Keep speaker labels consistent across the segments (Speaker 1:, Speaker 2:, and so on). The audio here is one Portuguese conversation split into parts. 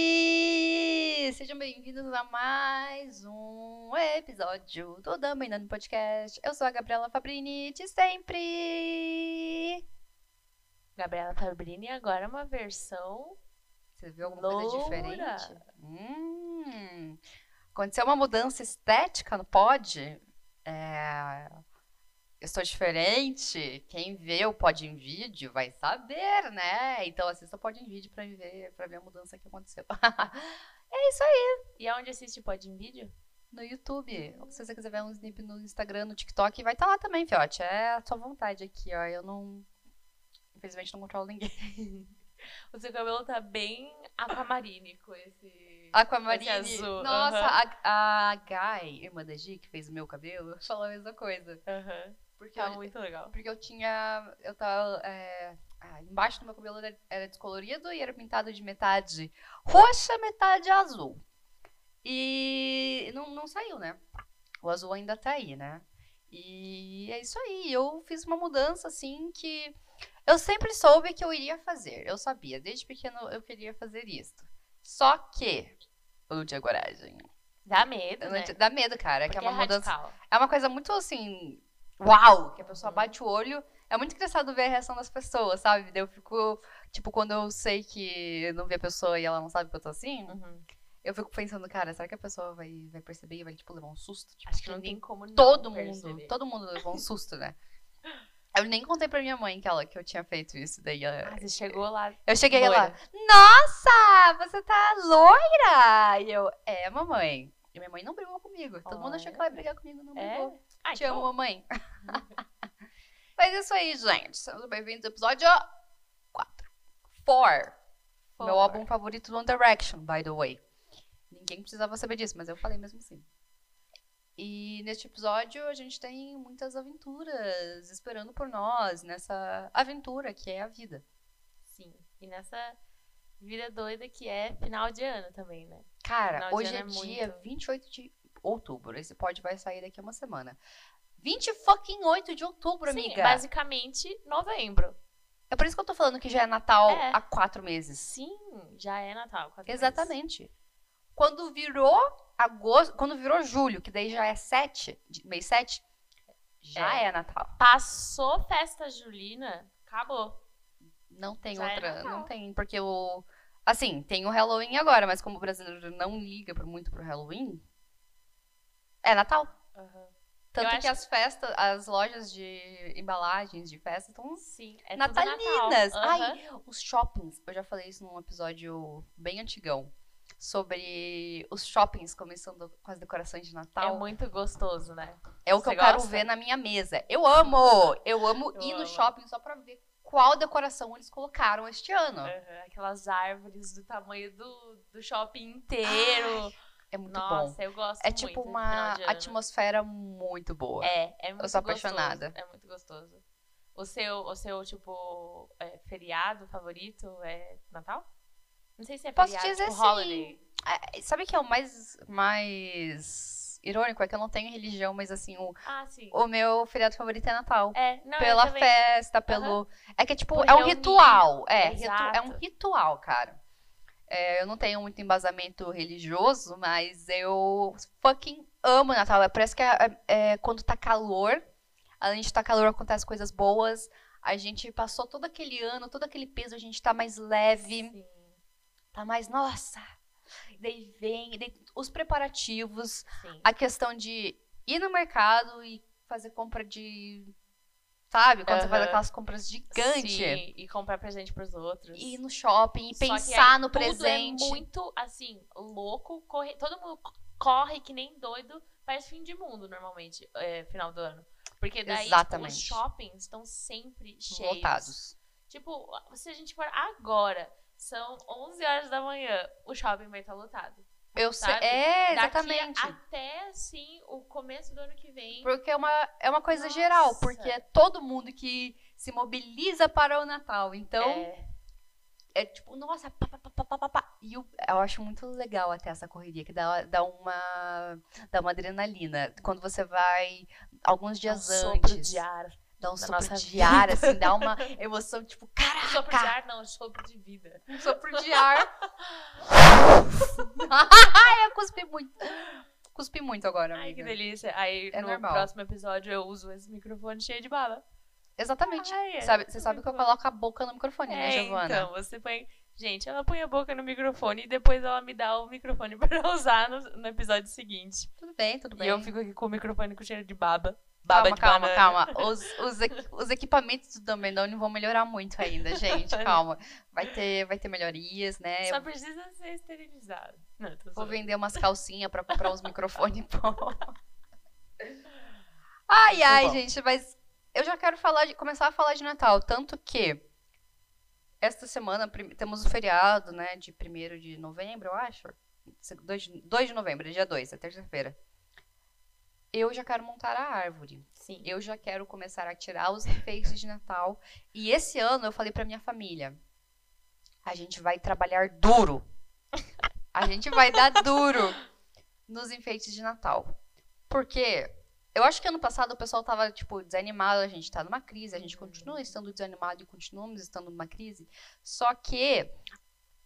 Speaker 1: aí! Sejam bem-vindos a mais um episódio do Dama e Nano Podcast. Eu sou a Gabriela Fabrini, de sempre!
Speaker 2: Gabriela Fabrini agora é uma versão.
Speaker 1: Você viu alguma coisa
Speaker 2: Loura.
Speaker 1: diferente? Hum, aconteceu uma mudança estética no pod. É, eu estou diferente. Quem vê o pod em vídeo vai saber, né? Então assista o pod em vídeo para ver, pra ver a mudança que aconteceu. é isso aí.
Speaker 2: E aonde assiste pode em vídeo?
Speaker 1: No YouTube. Ou se você quiser ver um snip no Instagram, no TikTok, vai estar lá também, fiote. É a sua vontade aqui, ó. Eu não. Infelizmente não controlo ninguém.
Speaker 2: O seu cabelo tá bem aquamarine com esse.
Speaker 1: Aquamarine.
Speaker 2: Esse é azul,
Speaker 1: Nossa,
Speaker 2: aham.
Speaker 1: a, a Guy, irmã da G, que fez o meu cabelo, falou a mesma coisa.
Speaker 2: Aham.
Speaker 1: Porque,
Speaker 2: Tá
Speaker 1: eu,
Speaker 2: muito legal.
Speaker 1: porque eu tinha. Eu tava. é, ah, embaixo do meu cabelo era, era descolorido e era pintado de metade roxa, metade azul. E não, não saiu, né? O azul ainda tá aí, né? E é isso aí. Eu fiz uma mudança assim que eu sempre soube que eu iria fazer. Eu sabia, desde pequeno eu queria fazer isso. Só que eu não tinha coragem.
Speaker 2: Dá medo,
Speaker 1: Eu
Speaker 2: né?
Speaker 1: não te- Dá medo, cara.
Speaker 2: Porque
Speaker 1: que é uma mudança.
Speaker 2: radical.
Speaker 1: É uma coisa muito assim. Uau! Que a pessoa
Speaker 2: Uhum.
Speaker 1: bate o olho. É muito engraçado ver a reação das pessoas, sabe? Daí Eu fico. Tipo, quando eu sei que eu não vi a pessoa e ela não sabe que eu tô assim,
Speaker 2: Uhum.
Speaker 1: eu fico pensando, cara, será que a pessoa vai, vai perceber e vai, tipo, levar um susto? Tipo,
Speaker 2: Acho que
Speaker 1: porque
Speaker 2: não
Speaker 1: nem
Speaker 2: tem como não
Speaker 1: Todo mundo.
Speaker 2: perceber.
Speaker 1: Todo mundo levou um susto, né? Eu nem contei pra minha mãe que, ela, que eu tinha feito isso. Daí ela-
Speaker 2: Ah, você chegou lá.
Speaker 1: eu cheguei lá.
Speaker 2: loira.
Speaker 1: Nossa, você tá loira! E eu, é, mamãe. E minha mãe não brigou comigo. Todo mundo achou que ela ia brigar comigo, não
Speaker 2: É?
Speaker 1: brigou.
Speaker 2: Ah,
Speaker 1: Te
Speaker 2: então,
Speaker 1: amo, mamãe. Mas é isso aí, gente. Sejam bem-vindos ao episódio 4. 4.
Speaker 2: por
Speaker 1: Meu
Speaker 2: favor.
Speaker 1: álbum favorito do One Direction, by the way. Ninguém precisava saber disso, mas eu falei mesmo assim. E neste episódio a gente tem muitas aventuras esperando por nós nessa aventura que é a vida.
Speaker 2: Sim. E nessa vida doida que é final de ano também, né?
Speaker 1: Cara,
Speaker 2: Final de
Speaker 1: hoje é
Speaker 2: ano é
Speaker 1: dia
Speaker 2: muito.
Speaker 1: 28 de outubro. Esse pod vai sair daqui a uma semana. 20 fucking 8 de outubro,
Speaker 2: Sim,
Speaker 1: amiga.
Speaker 2: basicamente novembro.
Speaker 1: É por isso que eu tô falando que já é Natal
Speaker 2: É.
Speaker 1: há quatro meses.
Speaker 2: Sim, já é Natal. quatro meses.
Speaker 1: Exatamente. Quando virou agosto, quando virou julho, que daí já é sete, de- mês sete, já é, Natal.
Speaker 2: Passou festa julina, acabou.
Speaker 1: Não tem
Speaker 2: Já é
Speaker 1: outra,
Speaker 2: Natal.
Speaker 1: não tem, porque o assim, tem o Halloween agora, mas como o brasileiro não liga pra- muito pro Halloween, é Natal. Tanto
Speaker 2: Eu
Speaker 1: que
Speaker 2: acho-
Speaker 1: as festas, as lojas de embalagens de festa estão
Speaker 2: Sim, é
Speaker 1: Natalinas.
Speaker 2: Tudo Natal.
Speaker 1: Ai, os shoppings. Eu já falei isso num episódio bem antigão. Sobre os shoppings começando com as decorações de
Speaker 2: Aham.
Speaker 1: Natal.
Speaker 2: É muito gostoso, né?
Speaker 1: É o que
Speaker 2: Você
Speaker 1: eu quero
Speaker 2: gosta?
Speaker 1: ver na minha mesa. Eu amo! Eu amo
Speaker 2: Eu
Speaker 1: ir no
Speaker 2: amo.
Speaker 1: shopping só pra ver qual decoração eles colocaram este ano.
Speaker 2: Aham, Aquelas árvores do tamanho do, do shopping inteiro.
Speaker 1: É muito bom.
Speaker 2: Nossa, eu gosto
Speaker 1: É
Speaker 2: muito
Speaker 1: tipo
Speaker 2: do
Speaker 1: uma
Speaker 2: final de ano.
Speaker 1: atmosfera muito boa.
Speaker 2: É, é muito
Speaker 1: sou
Speaker 2: gostoso,
Speaker 1: apaixonada.
Speaker 2: É muito gostoso. O seu, o seu tipo, é, feriado favorito é Natal? Não sei se é
Speaker 1: Posso
Speaker 2: feriado,
Speaker 1: dizer
Speaker 2: tipo,
Speaker 1: sim.
Speaker 2: holiday.
Speaker 1: É, Sabe o que é o mais, mais irônico? É que eu não tenho religião, mas assim, o,
Speaker 2: Ah, sim.
Speaker 1: o meu feriado favorito é Natal.
Speaker 2: É, não, eu
Speaker 1: pela
Speaker 2: também.
Speaker 1: festa, pelo. É que, tipo,
Speaker 2: Por
Speaker 1: é um
Speaker 2: reunir.
Speaker 1: ritual. É, ritu- é um
Speaker 2: Exato.
Speaker 1: ritual, cara. É, eu não tenho muito embasamento religioso, mas eu fucking amo Natal. É, parece que é, é, quando tá calor, além de tá calor, acontecem coisas boas. A gente passou todo aquele ano, todo aquele peso, a gente tá mais leve
Speaker 2: Sim.
Speaker 1: tá mais, nossa. Daí vem, daí os preparativos,
Speaker 2: Sim.
Speaker 1: a questão de ir no mercado e fazer compra de. Sabe? Quando você
Speaker 2: Aham.
Speaker 1: faz aquelas compras gigantes.
Speaker 2: Sim, e comprar presente pros outros.
Speaker 1: Ir no shopping e
Speaker 2: Só que
Speaker 1: pensar
Speaker 2: aí
Speaker 1: no
Speaker 2: tudo
Speaker 1: presente.
Speaker 2: É muito, assim, louco. Corre, todo mundo co- corre que nem doido. Parece fim de mundo, normalmente, é, final do ano. Porque daí tipo,
Speaker 1: Exatamente.
Speaker 2: os shoppings estão sempre cheios.
Speaker 1: lotados.
Speaker 2: Tipo, se a gente for agora, são 11 horas da manhã, o shopping vai estar lotado.
Speaker 1: Eu sei.
Speaker 2: Sabe?
Speaker 1: É,
Speaker 2: Daqui
Speaker 1: exatamente.
Speaker 2: até, assim, o começo do ano que vem.
Speaker 1: Porque é uma, é uma coisa
Speaker 2: Nossa.
Speaker 1: geral, porque é todo mundo que se mobiliza para o Natal. Então,
Speaker 2: é,
Speaker 1: É tipo, nossa, pá, pá, pá, pá, pá, pá, pá. E eu, eu acho muito legal até essa correria, que dá, dá, uma, dá uma adrenalina. Quando você vai alguns
Speaker 2: é um
Speaker 1: dias
Speaker 2: sopro
Speaker 1: antes,
Speaker 2: de ar.
Speaker 1: dá um
Speaker 2: da
Speaker 1: sopro
Speaker 2: nossa
Speaker 1: de ar,
Speaker 2: vida.
Speaker 1: assim, dá uma emoção, tipo,
Speaker 2: Sopro de
Speaker 1: caraca,
Speaker 2: ar, não, sopro de vida.
Speaker 1: um sopro de ar. Ai, eu cuspi muito. Cuspi muito agora,
Speaker 2: Ai, que
Speaker 1: amiga.
Speaker 2: delícia. Aí
Speaker 1: É
Speaker 2: no
Speaker 1: normal.
Speaker 2: próximo episódio eu uso esse microfone cheio de bala.
Speaker 1: Exatamente.
Speaker 2: Ai, é
Speaker 1: Sabe- você sabe que eu
Speaker 2: muito
Speaker 1: coloco a boca no microfone, né,
Speaker 2: É,
Speaker 1: Giovana?
Speaker 2: então, você põe. Gente, ela põe a boca no microfone e depois ela me dá o microfone pra usar no, no episódio seguinte.
Speaker 1: Tudo bem, tudo bem.
Speaker 2: E eu fico aqui com o microfone com cheiro de baba. Baba
Speaker 1: Calma,
Speaker 2: de
Speaker 1: calma,
Speaker 2: banana.
Speaker 1: calma. Os, os, equi- os equipamentos do Dumbledore vão melhorar muito ainda, gente. Calma. Vai ter, vai ter melhorias, né?
Speaker 2: Só
Speaker 1: Eu
Speaker 2: precisa ser esterilizado. Não, tô
Speaker 1: vou
Speaker 2: zoando.
Speaker 1: vender umas calcinhas pra comprar uns microfones bons. Ai, ai,
Speaker 2: bom.
Speaker 1: gente, mas eu já quero falar de- começar a falar de Natal. Tanto que esta semana prim- temos o feriado, né? De 1 de novembro, eu acho. 2 de, 2 de novembro, dia 2, é terça-feira. Eu já quero montar a árvore.
Speaker 2: Sim.
Speaker 1: eu já quero começar a tirar os enfeites de Natal. E esse ano eu falei pra minha família: a gente vai trabalhar duro. A gente vai dar duro nos enfeites de Natal. Porque eu acho que ano passado o pessoal tava, tipo, desanimado, a gente tá numa crise, a gente continua estando desanimado e continuamos estando numa crise. Só que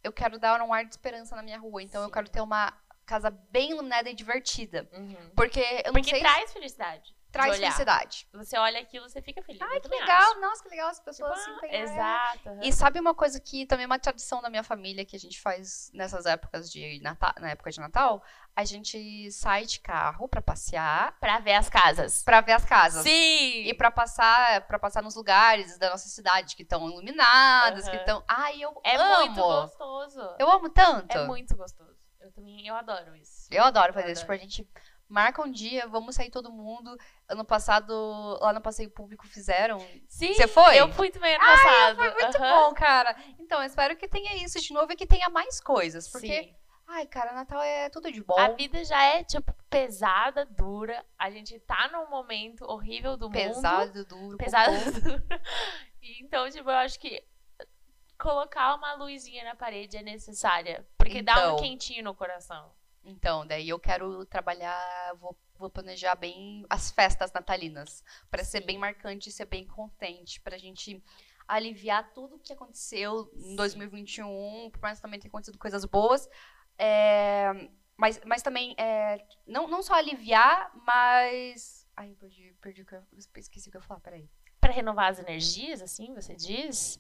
Speaker 1: eu quero dar um ar de esperança na minha rua. Então eu
Speaker 2: Sim.
Speaker 1: quero ter uma casa bem iluminada e divertida.
Speaker 2: Uhum.
Speaker 1: Porque eu não
Speaker 2: Porque
Speaker 1: sei
Speaker 2: traz felicidade.
Speaker 1: se traz
Speaker 2: de olhar.
Speaker 1: felicidade.
Speaker 2: Você olha aquilo, você fica feliz. Ai,
Speaker 1: Que legal, nossa, que legal as pessoas se empenharem.
Speaker 2: Exato. aham.
Speaker 1: E sabe uma coisa que também é uma tradição da minha família que a gente faz nessas épocas de Natal, na época de Natal, a gente sai de carro pra passear,
Speaker 2: Pra ver as casas.
Speaker 1: pra ver as casas.
Speaker 2: Sim!
Speaker 1: E pra passar, para passar nos lugares da nossa cidade que estão iluminadas, que
Speaker 2: Aham.
Speaker 1: estão. Ai, eu
Speaker 2: É
Speaker 1: amo.
Speaker 2: muito gostoso.
Speaker 1: Eu amo tanto.
Speaker 2: É muito gostoso. Eu também, eu adoro isso.
Speaker 1: Eu adoro fazer
Speaker 2: Eu
Speaker 1: isso. Tipo, a gente marca um dia, vamos sair todo mundo. Ano passado, lá no passeio público fizeram
Speaker 2: Sim,
Speaker 1: Você foi?
Speaker 2: eu fui também ano passado.
Speaker 1: Foi muito
Speaker 2: Aham.
Speaker 1: bom, cara. Então, eu espero que tenha isso de novo e que tenha mais coisas. Porque,
Speaker 2: Sim.
Speaker 1: ai, cara, Natal é tudo de bom.
Speaker 2: A vida já é, tipo, pesada, dura. A gente tá num momento horrível do mundo.
Speaker 1: pesado, duro,
Speaker 2: Pesado.
Speaker 1: cocô.
Speaker 2: dura. E então, tipo, eu acho que colocar uma luzinha na parede é necessária. Porque dá um
Speaker 1: Então.
Speaker 2: quentinho no coração.
Speaker 1: Então, daí eu quero trabalhar, vou, vou planejar bem as festas natalinas. Pra ser
Speaker 2: Sim.
Speaker 1: bem marcante e ser bem contente. Pra gente aliviar tudo o que aconteceu em
Speaker 2: Sim.
Speaker 1: 2021. Por mais que também tenha acontecido coisas boas. É, Mas, mas também, é, não, não só aliviar, mas... Ai, eu perdi, perdi o que eu... Esqueci o que eu ia falar, peraí.
Speaker 2: Pra renovar as energias, assim, você diz?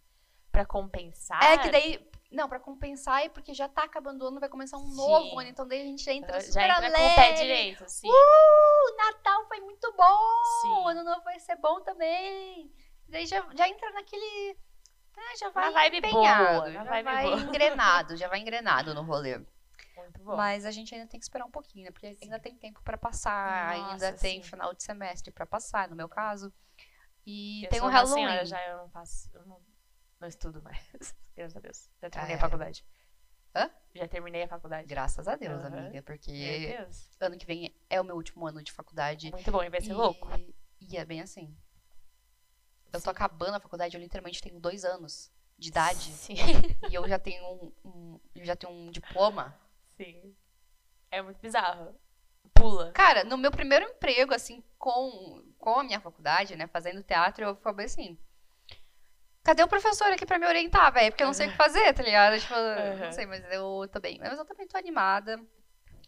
Speaker 2: Pra compensar?
Speaker 1: É que daí. Não, pra compensar é porque já tá acabando o ano, vai começar um
Speaker 2: Sim.
Speaker 1: novo ano, então daí a gente entra super
Speaker 2: Já entra
Speaker 1: alegre.
Speaker 2: com o pé direito, assim.
Speaker 1: Uh, Natal foi muito bom! O
Speaker 2: Sim.
Speaker 1: ano novo vai ser bom também. Daí já, já entra naquele. Ah, já vai
Speaker 2: Na vibe
Speaker 1: empenhado,
Speaker 2: boa, na
Speaker 1: já
Speaker 2: vibe
Speaker 1: vai
Speaker 2: boa.
Speaker 1: engrenado, já vai engrenado no rolê.
Speaker 2: Muito bom.
Speaker 1: Mas a gente ainda tem que esperar um pouquinho, né? Porque ainda tem tempo pra passar,
Speaker 2: Nossa,
Speaker 1: ainda tem
Speaker 2: sim.
Speaker 1: final de semestre pra passar, no meu caso. E
Speaker 2: Eu
Speaker 1: tem
Speaker 2: sou
Speaker 1: um
Speaker 2: uma
Speaker 1: Halloween.
Speaker 2: senhora já, eu não faço. Eu não, não estudo mais. Graças a Deus. Já terminei
Speaker 1: é.
Speaker 2: a faculdade.
Speaker 1: Hã?
Speaker 2: Já terminei a faculdade.
Speaker 1: Graças a Deus,
Speaker 2: Aham.
Speaker 1: amiga, porque
Speaker 2: Meu Deus.
Speaker 1: ano que vem é o meu último ano de faculdade.
Speaker 2: Muito bom, e vai ser louco.
Speaker 1: E é bem assim. Eu tô acabando a faculdade, eu literalmente tenho dois anos de idade.
Speaker 2: Sim.
Speaker 1: e eu já tenho um, um- eu já tenho um diploma.
Speaker 2: Sim. É muito bizarro. Pula.
Speaker 1: Cara, no meu primeiro emprego, assim, com, com a minha faculdade, né, fazendo teatro, eu falei assim. Cadê o professor aqui pra me orientar, velho? Porque eu não sei o que fazer, tá ligado? Tipo, eu não
Speaker 2: Aham.
Speaker 1: sei, mas eu também. Mas eu também tô animada.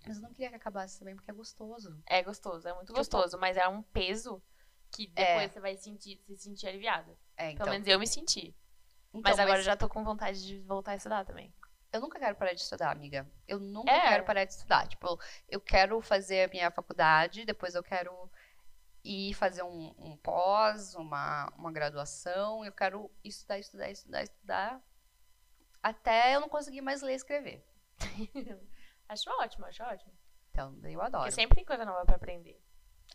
Speaker 1: Mas eu não queria que acabasse também, porque é gostoso.
Speaker 2: É gostoso, é muito
Speaker 1: Tipo-
Speaker 2: gostoso, mas é um peso que depois
Speaker 1: É.
Speaker 2: você vai sentir, se sentir aliviada.
Speaker 1: É,
Speaker 2: Pelo
Speaker 1: então.
Speaker 2: menos eu me senti.
Speaker 1: Então,
Speaker 2: mas agora eu já tô com vontade de voltar a estudar também.
Speaker 1: Eu nunca quero parar de estudar, amiga. Eu nunca
Speaker 2: É.
Speaker 1: quero parar de estudar. Tipo, eu quero fazer a minha faculdade, depois eu quero ir fazer um, um pós, uma, uma graduação. Eu quero estudar, estudar, estudar, estudar. Até eu não conseguir mais ler e escrever.
Speaker 2: Acho ótimo, acho ótimo.
Speaker 1: Então, daí eu adoro.
Speaker 2: Porque sempre tem coisa nova pra aprender.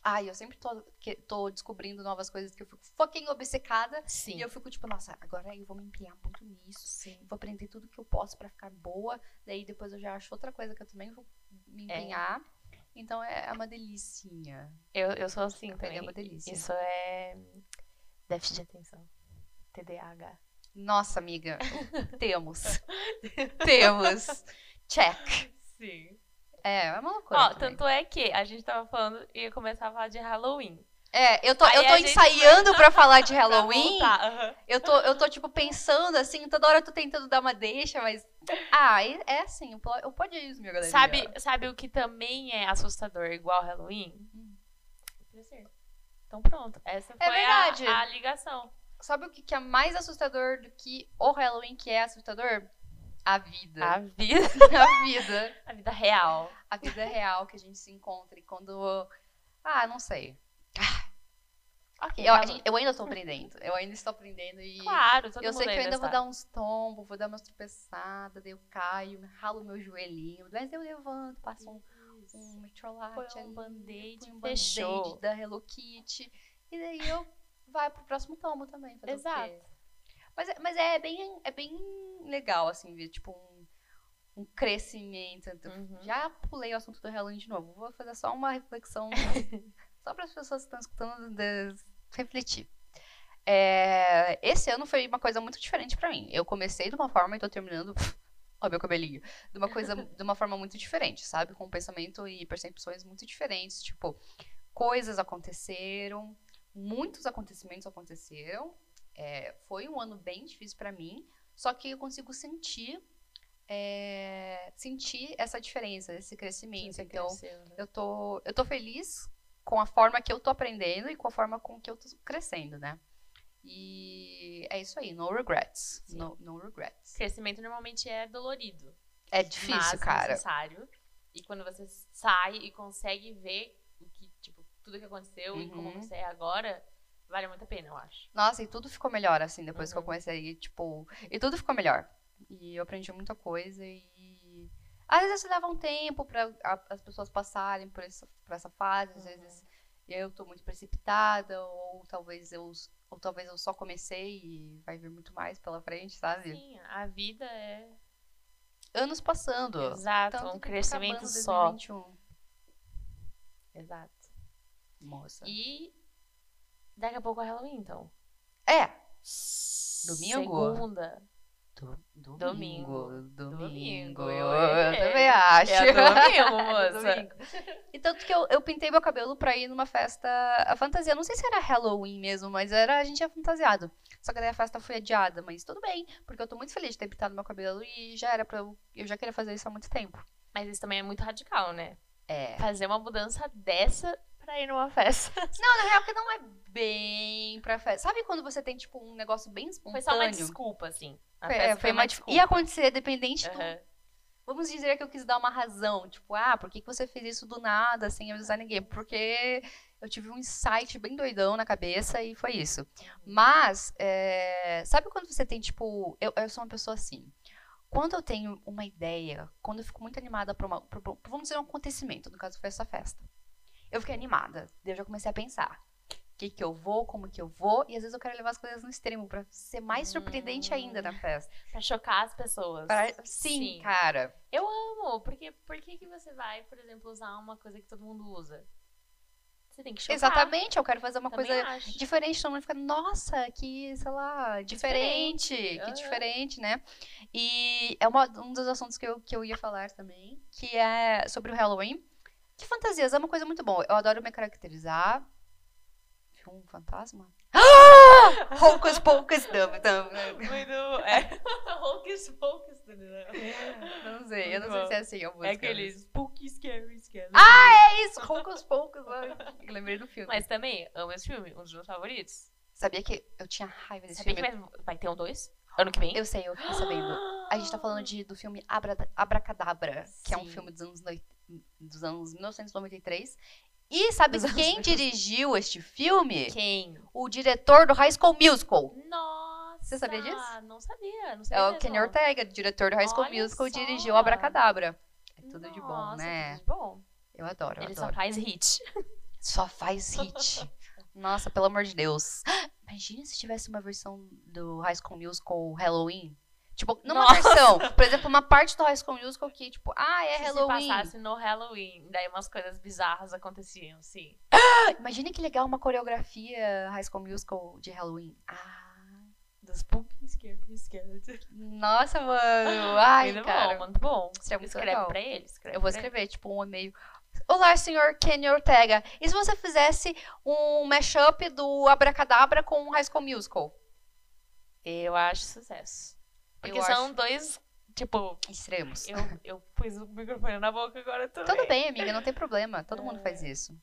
Speaker 1: Ai, eu sempre tô, que- tô descobrindo novas coisas que eu fico fucking obcecada.
Speaker 2: Sim.
Speaker 1: E eu fico tipo, nossa, agora eu vou me empenhar muito nisso.
Speaker 2: Sim.
Speaker 1: Vou aprender tudo que eu posso pra ficar boa. Daí depois eu já acho outra coisa que eu também vou me
Speaker 2: É.
Speaker 1: empenhar. Então é é uma delicinha.
Speaker 2: Eu, eu sou assim
Speaker 1: Aprender
Speaker 2: também.
Speaker 1: é uma delícia.
Speaker 2: Isso é déficit de atenção. TDAH.
Speaker 1: Nossa, amiga. Temos. Temos. Check.
Speaker 2: Sim.
Speaker 1: É, é uma loucura.
Speaker 2: Ó,
Speaker 1: também.
Speaker 2: tanto é que a gente tava falando, ia começar a falar de Halloween.
Speaker 1: É, eu tô,
Speaker 2: Aí
Speaker 1: eu tô
Speaker 2: a gente
Speaker 1: ensaiando pra falar de
Speaker 2: Pra
Speaker 1: Halloween.
Speaker 2: voltar, aham.
Speaker 1: Eu tô, eu tô, tipo, pensando assim, toda hora eu tô tentando dar uma deixa, mas. Ah, é é assim, o pó- o podismo, meu galera.
Speaker 2: Sabe, sabe o que também é assustador igual Halloween?
Speaker 1: Hum. É
Speaker 2: Então pronto, essa foi a-
Speaker 1: verdade.
Speaker 2: A, ligação.
Speaker 1: Sabe o que, que é mais assustador do que o Halloween que é assustador? A vida.
Speaker 2: A vida,
Speaker 1: A vida.
Speaker 2: a vida real.
Speaker 1: A vida real que a gente se encontra. E quando. Ah, não sei.
Speaker 2: Ok,
Speaker 1: Eu, a
Speaker 2: tá
Speaker 1: gente- eu ainda tô aprendendo. Eu ainda estou aprendendo e.
Speaker 2: bom. claro, todo
Speaker 1: Eu
Speaker 2: mundo
Speaker 1: sei que eu ainda vou
Speaker 2: essa.
Speaker 1: dar um uns tombos, vou dar umas tropeçadas, daí eu caio, ralo meu joelhinho, mas eu levanto, passo um um metrolate
Speaker 2: Põe um
Speaker 1: ali,
Speaker 2: band-aid,
Speaker 1: põe
Speaker 2: fechou.
Speaker 1: da Hello Kitty. E daí eu vai pro próximo tomo também. Fazer
Speaker 2: Exato.
Speaker 1: O quê? Mas, é- mas é, bem, é bem legal, assim, ver, tipo, um, um crescimento. Então,
Speaker 2: Uhum.
Speaker 1: Já pulei o assunto do Halloween de novo. Vou fazer só uma reflexão, só para as pessoas que estão escutando des- refletir. É, esse ano foi uma coisa muito diferente pra mim. Eu comecei de uma forma e tô terminando. Ó, meu cabelinho. De uma coisa, de uma forma muito diferente, sabe? Com pensamento e percepções muito diferentes. Tipo, coisas aconteceram, muitos acontecimentos aconteceram. É, foi um ano bem difícil pra mim, só que eu consigo sentir, é, sentir essa diferença, esse crescimento.
Speaker 2: Você
Speaker 1: então,
Speaker 2: cresceu, né?
Speaker 1: eu tô, eu tô feliz com a forma que eu tô aprendendo e com a forma com que eu tô crescendo, né? E é isso aí, no regrets.
Speaker 2: Sim.
Speaker 1: No, no regrets.
Speaker 2: Crescimento normalmente é dolorido.
Speaker 1: É difícil,
Speaker 2: mas
Speaker 1: cara.
Speaker 2: necessário. E quando você sai e consegue ver o que, tipo, tudo que aconteceu e como
Speaker 1: Uhum.
Speaker 2: você é agora, vale muito a pena, eu acho.
Speaker 1: Nossa, e tudo ficou melhor, assim, depois que eu
Speaker 2: Uhum.
Speaker 1: comecei, tipo... E tudo ficou melhor. E eu aprendi muita coisa e... Às vezes leva um tempo pra a- as pessoas passarem por essa, por essa fase, às
Speaker 2: Uhum.
Speaker 1: vezes eu tô muito precipitada, ou talvez eu... Ou talvez eu só comecei e vai vir muito mais pela frente, sabe?
Speaker 2: Sim, a vida é.
Speaker 1: Anos passando.
Speaker 2: Exato,
Speaker 1: Tanto
Speaker 2: um
Speaker 1: que tá
Speaker 2: crescimento
Speaker 1: acabando
Speaker 2: só.
Speaker 1: 2021.
Speaker 2: Exato.
Speaker 1: Moça.
Speaker 2: E daqui a pouco é Halloween, então.
Speaker 1: É, Domingo?
Speaker 2: Segunda.
Speaker 1: Do- domingo.
Speaker 2: Domingo.
Speaker 1: Domingo.
Speaker 2: Domingo,
Speaker 1: Eu,
Speaker 2: eu-
Speaker 1: também
Speaker 2: é.
Speaker 1: acho.
Speaker 2: É domingo,
Speaker 1: É
Speaker 2: moça.
Speaker 1: domingo. E tanto que eu, eu pintei meu cabelo pra ir numa festa. A fantasia, não sei se era Halloween mesmo, mas era a gente ia fantasiado. Só que daí a festa foi adiada, mas tudo bem, porque eu tô muito feliz de ter pintado meu cabelo e já era pra eu. Eu já queria fazer isso há muito tempo.
Speaker 2: Mas isso também é muito radical, né?
Speaker 1: É.
Speaker 2: Fazer uma mudança dessa pra ir numa festa.
Speaker 1: Não, na real, que não é bem pra festa. Sabe quando você tem, tipo, um negócio bem
Speaker 2: Foi
Speaker 1: espontâneo?
Speaker 2: só uma desculpa, assim. A
Speaker 1: Foi,
Speaker 2: festa
Speaker 1: é, foi uma dif- Ia acontecer, dependente do
Speaker 2: Aham.
Speaker 1: Vamos dizer que eu quis dar uma razão, tipo, ah, por que que você fez isso do nada, sem avisar ninguém? Porque eu tive um insight bem doidão na cabeça e foi isso. Mas, é, sabe quando você tem, tipo, eu, eu sou uma pessoa assim, quando eu tenho uma ideia, quando eu fico muito animada para uma, pra- pra- vamos dizer, um acontecimento, no caso foi essa festa, eu fiquei animada, daí eu já comecei a pensar. O que, que eu vou, como que eu vou, e às vezes eu quero levar as coisas no extremo pra ser mais surpreendente ainda na festa.
Speaker 2: Pra chocar as pessoas.
Speaker 1: Pra- sim,
Speaker 2: Sim.
Speaker 1: cara.
Speaker 2: Eu amo, porque por que, que você vai, por exemplo, usar uma coisa que todo mundo usa? Você tem que chocar.
Speaker 1: Exatamente, eu quero fazer uma
Speaker 2: Também
Speaker 1: coisa
Speaker 2: acho.
Speaker 1: diferente, todo mundo fica, nossa, que, sei lá, diferente,
Speaker 2: Diferente,
Speaker 1: que
Speaker 2: aham.
Speaker 1: diferente, né? E é uma- um dos assuntos que eu, que eu ia falar também, que é sobre o Halloween, que fantasias é uma coisa muito boa, eu adoro me caracterizar, Viu um fantasma? Ah! Poucas, poucas, não, não,
Speaker 2: Muito. É. Hocus pocus, entendeu?
Speaker 1: não sei, eu não
Speaker 2: Muito
Speaker 1: sei
Speaker 2: bom.
Speaker 1: se é assim a música.
Speaker 2: É aquele spooky, scary, scary.
Speaker 1: É isso, poucas, poucas, ai, eu lembrei do filme.
Speaker 2: Mas também, amo esse filme, um dos meus favoritos.
Speaker 1: Sabia que eu tinha raiva desse
Speaker 2: Sabia
Speaker 1: filme?
Speaker 2: que vai, vai ter um dois? Ano que vem?
Speaker 1: Eu sei, eu fiquei sabendo. A gente tá falando de, do filme Abra, Abracadabra, que é um
Speaker 2: Sim.
Speaker 1: filme dos anos, noi- dos anos 1993. E sabe
Speaker 2: Dos anos
Speaker 1: quem
Speaker 2: 1993.
Speaker 1: dirigiu este filme?
Speaker 2: Quem?
Speaker 1: O diretor do High School Musical.
Speaker 2: Nossa!
Speaker 1: Você sabia disso?
Speaker 2: Não sabia, não
Speaker 1: É
Speaker 2: sabia.
Speaker 1: o Kenny Ortega, diretor do High School
Speaker 2: Olha
Speaker 1: Musical,
Speaker 2: só.
Speaker 1: dirigiu Abracadabra. É tudo de bom, né?
Speaker 2: Tudo de bom.
Speaker 1: Eu adoro, eu
Speaker 2: Ele só
Speaker 1: adoro.
Speaker 2: faz hit.
Speaker 1: Só faz hit. Nossa, pelo amor de Deus. Imagina se tivesse uma versão do High School Musical Halloween. Tipo, não uma
Speaker 2: Nossa.
Speaker 1: versão. Por exemplo, uma parte do High School Musical que, tipo, ah, é
Speaker 2: Se
Speaker 1: Halloween.
Speaker 2: passasse no Halloween, daí umas coisas bizarras aconteciam, sim.
Speaker 1: Imagina que legal uma coreografia High School Musical de Halloween. Ah,
Speaker 2: Do Spooky Scary Skeleton.
Speaker 1: nossa, mano. Ai,
Speaker 2: muito
Speaker 1: cara.
Speaker 2: bom, muito bom.
Speaker 1: Isso é muito
Speaker 2: escreve
Speaker 1: legal.
Speaker 2: pra ele, né? escreve
Speaker 1: Eu vou
Speaker 2: pra ele.
Speaker 1: escrever, tipo, um e-mail. Olá, senhor Kenny Ortega. E se você fizesse um mashup do Abracadabra com High School Musical?
Speaker 2: Eu acho sucesso. Porque
Speaker 1: Eu
Speaker 2: são
Speaker 1: acho-
Speaker 2: dois, tipo,
Speaker 1: Extremos.
Speaker 2: eu, eu pus o microfone na boca agora também.
Speaker 1: Tudo bem, amiga, não tem problema. Todo mundo faz isso.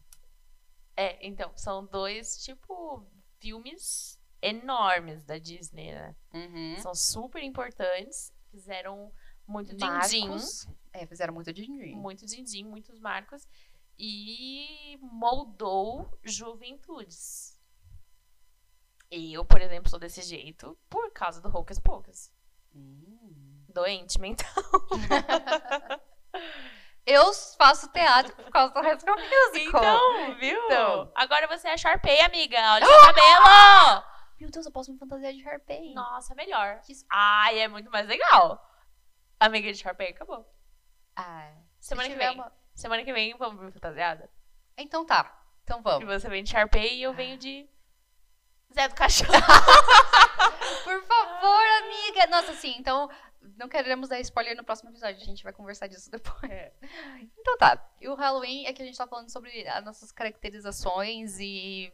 Speaker 2: É, então, são dois, tipo, filmes enormes da Disney, né?
Speaker 1: Uhum.
Speaker 2: São super importantes, fizeram muito din-din,
Speaker 1: Marcos. É, fizeram muito din-din.
Speaker 2: muito din-din, muitos marcos, e moldou juventudes. Eu, por exemplo, sou desse jeito por causa do Hocus Pocus.
Speaker 1: Hum.
Speaker 2: Doente mental.
Speaker 1: Eu faço teatro por causa do High School Musical.
Speaker 2: Então, viu?
Speaker 1: Então.
Speaker 2: Agora você é a Sharpay, amiga. Olha o seu cabelo!
Speaker 1: Meu Deus, eu posso me fantasiar de Harpei.
Speaker 2: Nossa, melhor. Ai, é muito mais legal. Amiga de Sharpay, acabou.
Speaker 1: Ah, se
Speaker 2: Semana que
Speaker 1: tiver
Speaker 2: vem.
Speaker 1: uma-
Speaker 2: Semana que vem vamos vir fantasiada.
Speaker 1: Então tá. Então
Speaker 2: E
Speaker 1: vamos.
Speaker 2: você vem de Sharpay e eu venho
Speaker 1: Ah.
Speaker 2: de Zé do Caixão.
Speaker 1: Por favor, amiga. Nossa, sim, então não queremos dar spoiler no próximo episódio. A gente vai conversar disso depois.
Speaker 2: É.
Speaker 1: Então tá. E o Halloween é que a gente tá falando sobre as nossas caracterizações e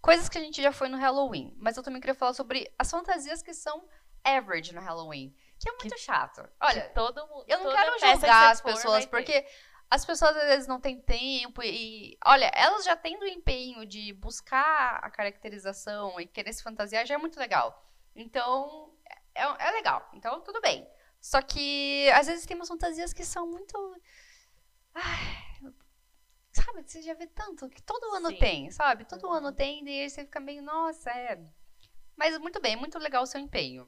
Speaker 1: coisas que a gente já foi no Halloween. Mas eu também queria falar sobre as fantasias que são average no Halloween. Que é muito chato. Olha,
Speaker 2: Que todo mundo.
Speaker 1: Eu não
Speaker 2: toda
Speaker 1: quero
Speaker 2: festa que
Speaker 1: julgar
Speaker 2: você
Speaker 1: as
Speaker 2: for vai
Speaker 1: pessoas,
Speaker 2: ter.
Speaker 1: porque as pessoas às vezes não têm tempo e. Olha, elas já têm o empenho de buscar a caracterização e querer se fantasiar já é muito legal. Então, é, é legal. Então, tudo bem. Só que às vezes tem umas fantasias que são muito. Ai, sabe, que você já vê tanto, que todo ano
Speaker 2: Sim.
Speaker 1: tem, sabe? Todo
Speaker 2: Uhum.
Speaker 1: ano tem, e aí você fica meio, nossa, é. Mas muito bem, muito legal o seu empenho.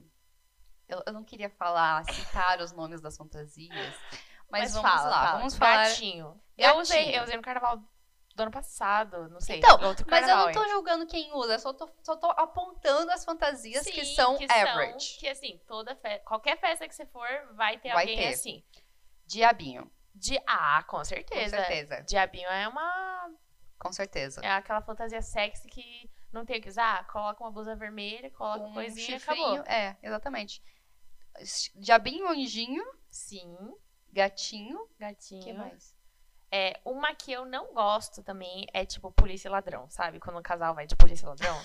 Speaker 1: Eu, eu não queria falar, citar os nomes das fantasias, mas, vamos
Speaker 2: fala,
Speaker 1: lá,
Speaker 2: fala.
Speaker 1: vamos falar.
Speaker 2: Gatinho. Eu
Speaker 1: Gatinho.
Speaker 2: usei, eu usei no carnaval do ano passado, não sei.
Speaker 1: Então,
Speaker 2: outro
Speaker 1: Mas eu
Speaker 2: carnaval,
Speaker 1: não tô julgando quem usa, eu só tô, só tô apontando as
Speaker 2: hein?
Speaker 1: fantasias
Speaker 2: Sim,
Speaker 1: que são average.
Speaker 2: que assim, toda fe... qualquer festa que você for, vai ter
Speaker 1: Vai
Speaker 2: alguém
Speaker 1: ter.
Speaker 2: assim.
Speaker 1: Diabinho,
Speaker 2: De... Ah, com
Speaker 1: com
Speaker 2: certeza.
Speaker 1: certeza,
Speaker 2: Diabinho é uma.
Speaker 1: com certeza.
Speaker 2: É aquela fantasia sexy que não tem o que usar. Coloca uma blusa vermelha, coloca
Speaker 1: Com
Speaker 2: coisinha e
Speaker 1: Um chifrinho,
Speaker 2: acabou.
Speaker 1: É, exatamente. Diabinho, anjinho,
Speaker 2: Sim.
Speaker 1: gatinho,
Speaker 2: Gatinho.
Speaker 1: que mais?
Speaker 2: É, uma que eu não gosto também é tipo polícia e ladrão, sabe? Quando um casal vai de polícia e ladrão.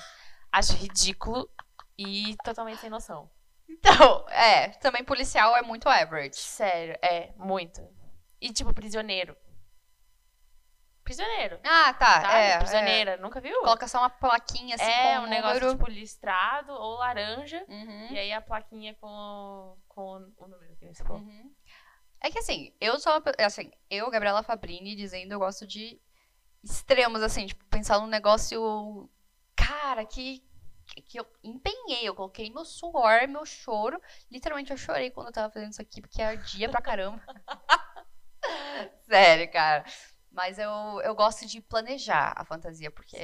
Speaker 2: Acho ridículo e totalmente sem noção.
Speaker 1: Então, é, também policial é muito average.
Speaker 2: Sério, é, muito. E tipo, prisioneiro. Prisioneiro.
Speaker 1: Ah, tá,
Speaker 2: Sabe?
Speaker 1: é, é.
Speaker 2: Prisioneira, nunca viu?
Speaker 1: Coloca só uma plaquinha assim
Speaker 2: é,
Speaker 1: com
Speaker 2: um
Speaker 1: um
Speaker 2: negócio
Speaker 1: número.
Speaker 2: tipo listrado ou laranja.
Speaker 1: Uhum.
Speaker 2: E aí a plaquinha com, com o número que nem você falou.
Speaker 1: Uhum. É que assim, eu sou uma, pe- assim, eu, Gabriela Fabrini, dizendo eu gosto de extremos, assim, tipo, pensar num negócio, cara, que, que eu empenhei, eu coloquei meu suor, meu choro, literalmente eu chorei quando eu tava fazendo isso aqui, porque ardia pra caramba. Sério, cara. Mas eu, eu gosto de planejar a fantasia, porque.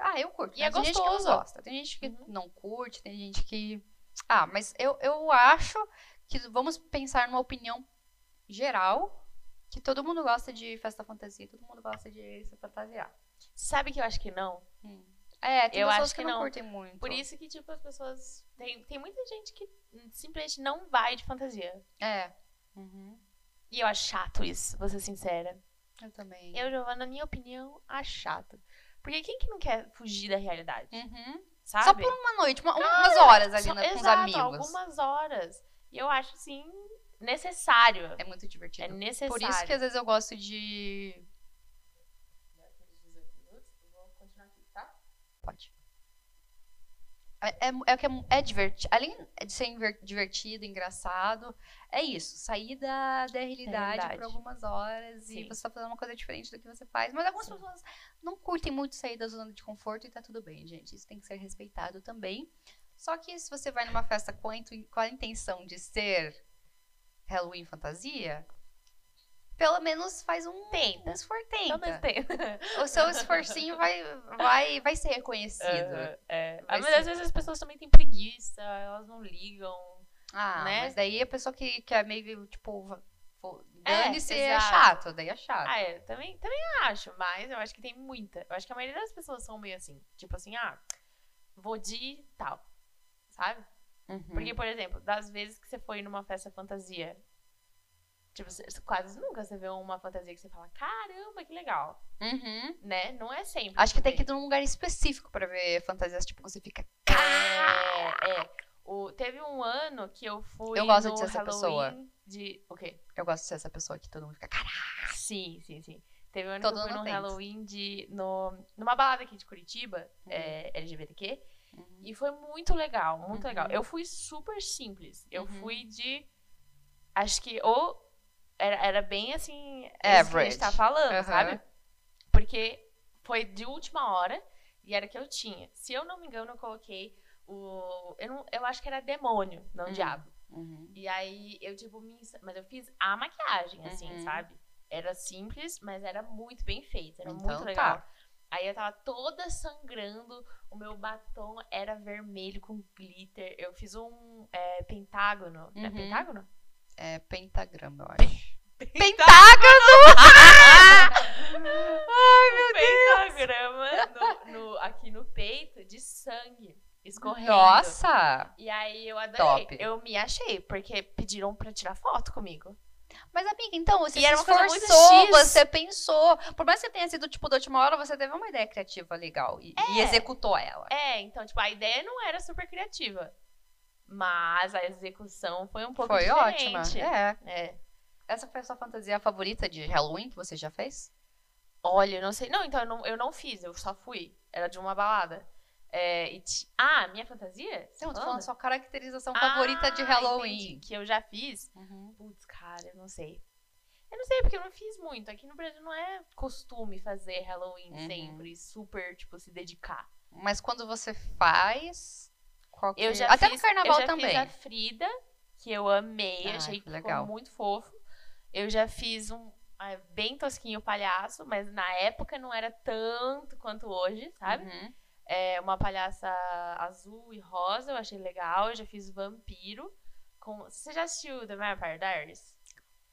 Speaker 1: Ah, eu curto.
Speaker 2: E
Speaker 1: né?
Speaker 2: é
Speaker 1: tem gente que
Speaker 2: gostoso.
Speaker 1: não gosta, tem gente que
Speaker 2: Uhum.
Speaker 1: não curte, tem gente que. Ah, mas eu, eu acho que vamos pensar numa opinião geral que todo mundo gosta de festa fantasia, todo mundo gosta de se fantasiar.
Speaker 2: Sabe que eu acho que não?
Speaker 1: É, tem
Speaker 2: Hum. Eu
Speaker 1: pessoas
Speaker 2: acho
Speaker 1: que,
Speaker 2: que
Speaker 1: não
Speaker 2: não.
Speaker 1: curtem muito.
Speaker 2: Por isso que, tipo, as pessoas. Tem, tem muita gente que simplesmente não vai de fantasia.
Speaker 1: É.
Speaker 2: Uhum. E eu acho chato isso, vou ser sincera.
Speaker 1: Eu também.
Speaker 2: Eu, Giovana, na minha opinião, acho chato. Porque quem que não quer fugir da realidade?
Speaker 1: Uhum.
Speaker 2: Sabe?
Speaker 1: Só por uma noite, uma- um, umas horas ali
Speaker 2: Só-
Speaker 1: na- com os
Speaker 2: exato,
Speaker 1: amigos.
Speaker 2: algumas horas. E eu acho, assim, necessário.
Speaker 1: É muito
Speaker 2: É
Speaker 1: divertido.
Speaker 2: necessário.
Speaker 1: Por isso que às vezes eu gosto de. Pode. É, é, é, que é, divertido. Além de ser inver- divertido, engraçado, é isso. Sair da, da realidade
Speaker 2: verdade.
Speaker 1: por algumas horas e
Speaker 2: Sim.
Speaker 1: você tá fazendo uma coisa diferente do que você faz. Mas algumas
Speaker 2: Sim.
Speaker 1: pessoas não curtem muito sair da zona de conforto e tá tudo bem, gente. Isso tem que ser respeitado também. Só que se você vai numa festa com a, intu- com a intenção de ser Halloween fantasia, pelo menos faz um
Speaker 2: Tenta.
Speaker 1: esforço.
Speaker 2: Pelo menos
Speaker 1: Tenta.
Speaker 2: tem.
Speaker 1: O seu esforcinho vai, vai, vai ser reconhecido.
Speaker 2: Aham, é.
Speaker 1: Vai
Speaker 2: Mas
Speaker 1: ser.
Speaker 2: às vezes as pessoas também têm preguiça, elas não ligam.
Speaker 1: Ah,
Speaker 2: né?
Speaker 1: mas daí a pessoa que, que é meio, tipo, va- fo-
Speaker 2: É,
Speaker 1: dane-se é,
Speaker 2: exato.
Speaker 1: chato, daí é chato.
Speaker 2: Ah, é, também, também acho, mas eu acho que tem muita. Eu acho que a maioria das pessoas são meio assim, tipo assim, ah, vou de tal, sabe?
Speaker 1: Uhum.
Speaker 2: Porque, por exemplo, das vezes que você foi numa festa fantasia, Tipo, você- quase nunca você vê uma fantasia que você fala, caramba, que legal.
Speaker 1: Uhum.
Speaker 2: Né? Não é sempre.
Speaker 1: Acho que tem que ir
Speaker 2: também.
Speaker 1: num lugar específico pra ver fantasias. Tipo, você fica.
Speaker 2: É, é. O, teve um ano que eu fui.
Speaker 1: Eu gosto
Speaker 2: no
Speaker 1: de ser essa pessoa.
Speaker 2: Halloween De. O quê?
Speaker 1: Eu gosto de ser essa pessoa que todo mundo fica. Caraca.
Speaker 2: Sim, sim, sim. Teve um ano
Speaker 1: Todo
Speaker 2: que eu fui
Speaker 1: ano
Speaker 2: num
Speaker 1: tem.
Speaker 2: Halloween de. No, numa balada aqui de Curitiba,
Speaker 1: Uhum.
Speaker 2: é, LGBTQ. E foi muito legal, muito legal. Eu fui super simples. Eu
Speaker 1: Uhum.
Speaker 2: fui de. Acho que ou. Era, era bem assim. isso que a
Speaker 1: Average.
Speaker 2: gente tá falando,
Speaker 1: Aham.
Speaker 2: sabe? Porque foi de última hora e era o que eu tinha. Se eu não me engano, eu coloquei o. Eu, não, eu acho que era demônio, não
Speaker 1: Uhum.
Speaker 2: diabo.
Speaker 1: Uhum.
Speaker 2: E aí eu, tipo, me. ens- Mas eu fiz a maquiagem, assim,
Speaker 1: Uhum.
Speaker 2: sabe? Era simples, mas era muito bem feita. Era
Speaker 1: Então
Speaker 2: muito
Speaker 1: tá.
Speaker 2: legal. Aí eu tava toda sangrando, o meu batom era vermelho com glitter. Eu fiz um é, pentágono. É
Speaker 1: Uhum.
Speaker 2: pentágono?
Speaker 1: É pentagrama, eu acho.
Speaker 2: Ai, meu Um pentagrama no- no- aqui no peito de sangue escorrendo.
Speaker 1: Nossa!
Speaker 2: E aí eu adorei.
Speaker 1: Top.
Speaker 2: Eu me achei, porque pediram pra tirar foto comigo.
Speaker 1: Mas, amiga, então, você
Speaker 2: E
Speaker 1: se
Speaker 2: era uma coisa muito
Speaker 1: esforçou,
Speaker 2: X.
Speaker 1: você pensou. Por mais que você tenha sido, tipo, da última hora, você teve uma ideia criativa legal e, e
Speaker 2: É.
Speaker 1: executou ela.
Speaker 2: É, então, tipo, a ideia não era super criativa. Mas a execução foi um pouco
Speaker 1: Foi
Speaker 2: diferente.
Speaker 1: ótima. É.
Speaker 2: É.
Speaker 1: Essa foi a sua fantasia favorita de Halloween que você já fez?
Speaker 2: Olha, eu não sei. Não, então eu não, eu não fiz, eu só fui. Era de uma balada. É, e ti- Ah, minha fantasia? Você
Speaker 1: Não,
Speaker 2: tá
Speaker 1: tô falando é sua caracterização
Speaker 2: Ah,
Speaker 1: favorita de Halloween.
Speaker 2: entendi, que eu já fiz.
Speaker 1: Uhum.
Speaker 2: Putz, cara, eu não sei. Eu não sei, porque eu não fiz muito. Aqui no Brasil não é costume fazer Halloween
Speaker 1: Uhum.
Speaker 2: sempre, super, tipo, se dedicar.
Speaker 1: Mas quando você faz. Qual que... é?
Speaker 2: Eu já
Speaker 1: Até
Speaker 2: fiz,
Speaker 1: no carnaval
Speaker 2: eu já
Speaker 1: também.
Speaker 2: Fiz a Frida, que eu amei,
Speaker 1: Ai,
Speaker 2: achei
Speaker 1: que
Speaker 2: que
Speaker 1: legal.
Speaker 2: ficou muito fofo. Eu já fiz um ah, bem tosquinho o palhaço, mas na época não era tanto quanto hoje, sabe?
Speaker 1: Uhum.
Speaker 2: É, uma palhaça azul e rosa, eu achei legal. Eu já fiz vampiro. Com... Você já assistiu The Vampire Diaries?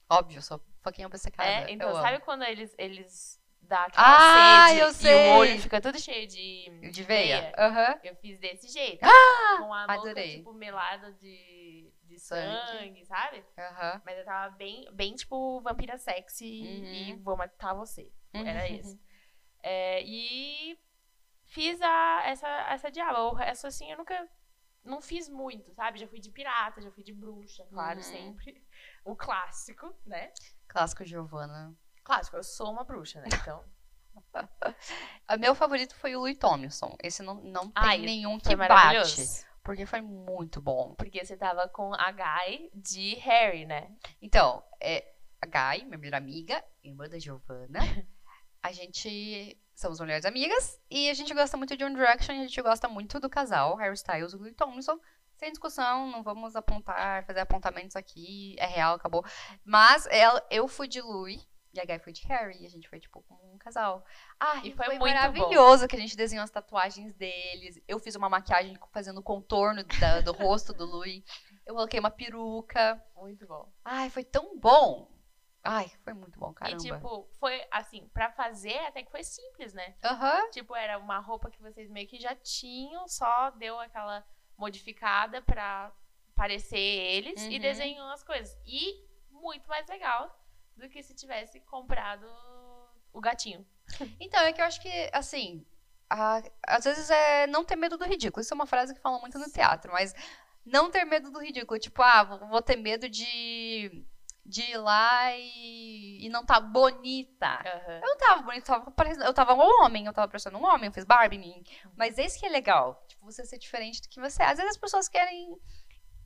Speaker 1: Óbvio, eu sou fucking obcecada.
Speaker 2: É, então,
Speaker 1: Ah, eu
Speaker 2: sabe
Speaker 1: amo.
Speaker 2: quando eles, eles dá aquela
Speaker 1: Ah,
Speaker 2: sede
Speaker 1: eu
Speaker 2: e
Speaker 1: sei.
Speaker 2: o olho fica todo cheio de...
Speaker 1: De veia.
Speaker 2: veia?
Speaker 1: Aham.
Speaker 2: Eu fiz desse jeito. com a boca,
Speaker 1: adorei.
Speaker 2: tipo, melada de, de
Speaker 1: Sangue.
Speaker 2: sangue, sabe?
Speaker 1: Aham.
Speaker 2: Mas eu tava bem, bem tipo, vampira sexy e
Speaker 1: Uhum.
Speaker 2: vou matar você. Era
Speaker 1: Uhum.
Speaker 2: isso. É, e fiz a, essa, essa diaba. O resto, assim, eu nunca. Não fiz muito, sabe? Já fui de pirata, já fui de bruxa, claro,
Speaker 1: Uhum.
Speaker 2: sempre. O clássico, né?
Speaker 1: Clássico Giovanna.
Speaker 2: Clássico, eu sou uma bruxa, né? Então.
Speaker 1: Ah, Meu favorito foi o Louis Tomlinson. Esse não, não tem
Speaker 2: Ai,
Speaker 1: nenhum
Speaker 2: Foi
Speaker 1: que bate.
Speaker 2: maravilhoso.
Speaker 1: Porque foi muito bom.
Speaker 2: Porque você tava com a Guy de Harry, né?
Speaker 1: Então, é, a Gai, minha melhor amiga, irmã da Giovanna, a gente somos mulheres amigas e a gente gosta muito de One Direction, a gente gosta muito do casal Harry Styles e Louis Tomlinson. Sem discussão, não vamos apontar, fazer apontamentos aqui, é real, acabou. Mas ela, eu fui de Louis e a Gai foi de Harry e a gente foi tipo como um casal. Ah,
Speaker 2: E
Speaker 1: e
Speaker 2: foi
Speaker 1: foi,
Speaker 2: muito
Speaker 1: maravilhoso que a gente desenhou as tatuagens deles. Eu fiz uma maquiagem fazendo o contorno da- do rosto do Louis. Eu coloquei uma peruca.
Speaker 2: Muito bom.
Speaker 1: Ai, foi tão bom. Ai, foi muito bom,
Speaker 2: E,
Speaker 1: caramba.
Speaker 2: tipo, foi assim, pra fazer até que foi simples, né?
Speaker 1: Aham.
Speaker 2: Tipo, era uma roupa que vocês meio que já tinham, só deu aquela modificada pra parecer eles e
Speaker 1: Uhum.
Speaker 2: desenhou as coisas. E muito mais legal do que se tivesse comprado o gatinho.
Speaker 1: Então, é que eu acho que, assim, a- às vezes é não ter medo do ridículo. Isso é uma frase que falam muito no teatro, mas não ter medo do ridículo. Tipo, ah, vou, vou ter medo de, de ir lá e, e não tá bonita. Eu não tava bonita, eu tava, parecendo, eu tava um homem, eu tava parecendo um homem, eu fiz Barbie em mim. Mas esse que é legal, tipo, você ser diferente do que você é. Às vezes as pessoas querem,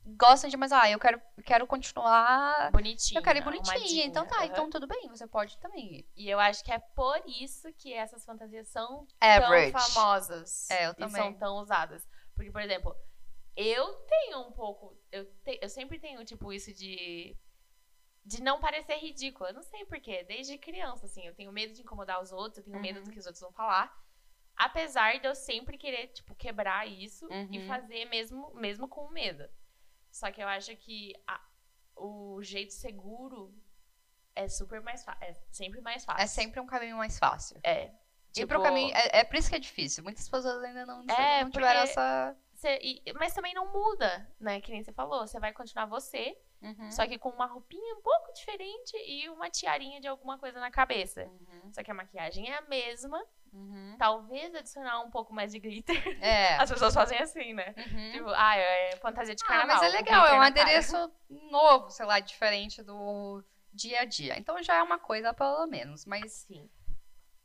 Speaker 1: gostam de, mas, ah, eu quero, quero continuar
Speaker 2: Bonitinho. né?
Speaker 1: Eu quero ir bonitinha. Então tá,
Speaker 2: aham.
Speaker 1: então tudo bem, você pode também.
Speaker 2: E eu acho que é por isso que essas fantasias são tão
Speaker 1: Average.
Speaker 2: famosas.
Speaker 1: É, eu
Speaker 2: e
Speaker 1: também.
Speaker 2: são tão usadas. Porque, por exemplo, eu tenho um pouco. Eu, te- eu sempre tenho, tipo, isso de. De não parecer ridícula. Eu não sei porquê. Desde criança, assim. Eu tenho medo de incomodar os outros, eu tenho medo
Speaker 1: Uhum.
Speaker 2: do que os outros vão falar. Apesar de eu sempre querer, tipo, quebrar isso e
Speaker 1: Uhum.
Speaker 2: fazer mesmo, mesmo com medo. Só que eu acho que a- o jeito seguro é super mais fácil. É sempre mais fácil.
Speaker 1: É sempre um caminho mais fácil.
Speaker 2: É.
Speaker 1: Ir pro
Speaker 2: Tipo,
Speaker 1: caminho. É, é por isso que é difícil. Muitas pessoas ainda não,
Speaker 2: É,
Speaker 1: não tiveram
Speaker 2: porque-
Speaker 1: essa.
Speaker 2: Cê- e- mas também não muda, né? Que nem você falou. Você vai continuar você.
Speaker 1: Uhum.
Speaker 2: Só que com uma roupinha um pouco diferente e uma tiarinha de alguma coisa na cabeça.
Speaker 1: Uhum,
Speaker 2: Só que a maquiagem é a mesma.
Speaker 1: uhum.
Speaker 2: Talvez adicionar um pouco mais de glitter.
Speaker 1: É.
Speaker 2: As pessoas fazem assim, né?
Speaker 1: Uhum.
Speaker 2: Tipo, ah, é fantasia de
Speaker 1: Ah,
Speaker 2: carnaval.
Speaker 1: mas é
Speaker 2: com
Speaker 1: legal,
Speaker 2: glitter
Speaker 1: é um
Speaker 2: na cara.
Speaker 1: adereço novo, sei lá, diferente do dia a dia. Então já é uma coisa, pelo menos. Mas
Speaker 2: Sim.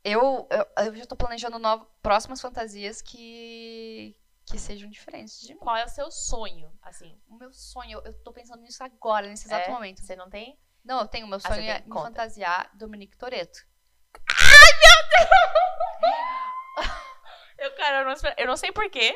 Speaker 1: eu, eu, eu já tô planejando novas, próximas fantasias que, que sejam diferentes de mim.
Speaker 2: Qual é o seu sonho, assim?
Speaker 1: O meu sonho, eu tô pensando nisso agora, nesse exato
Speaker 2: É?
Speaker 1: momento.
Speaker 2: Você não tem?
Speaker 1: Não, eu tenho, meu
Speaker 2: você
Speaker 1: sonho
Speaker 2: tem?
Speaker 1: é me
Speaker 2: Conta.
Speaker 1: fantasiar Dominique Toretto.
Speaker 2: Eu, cara, eu não, espera- eu não sei porquê,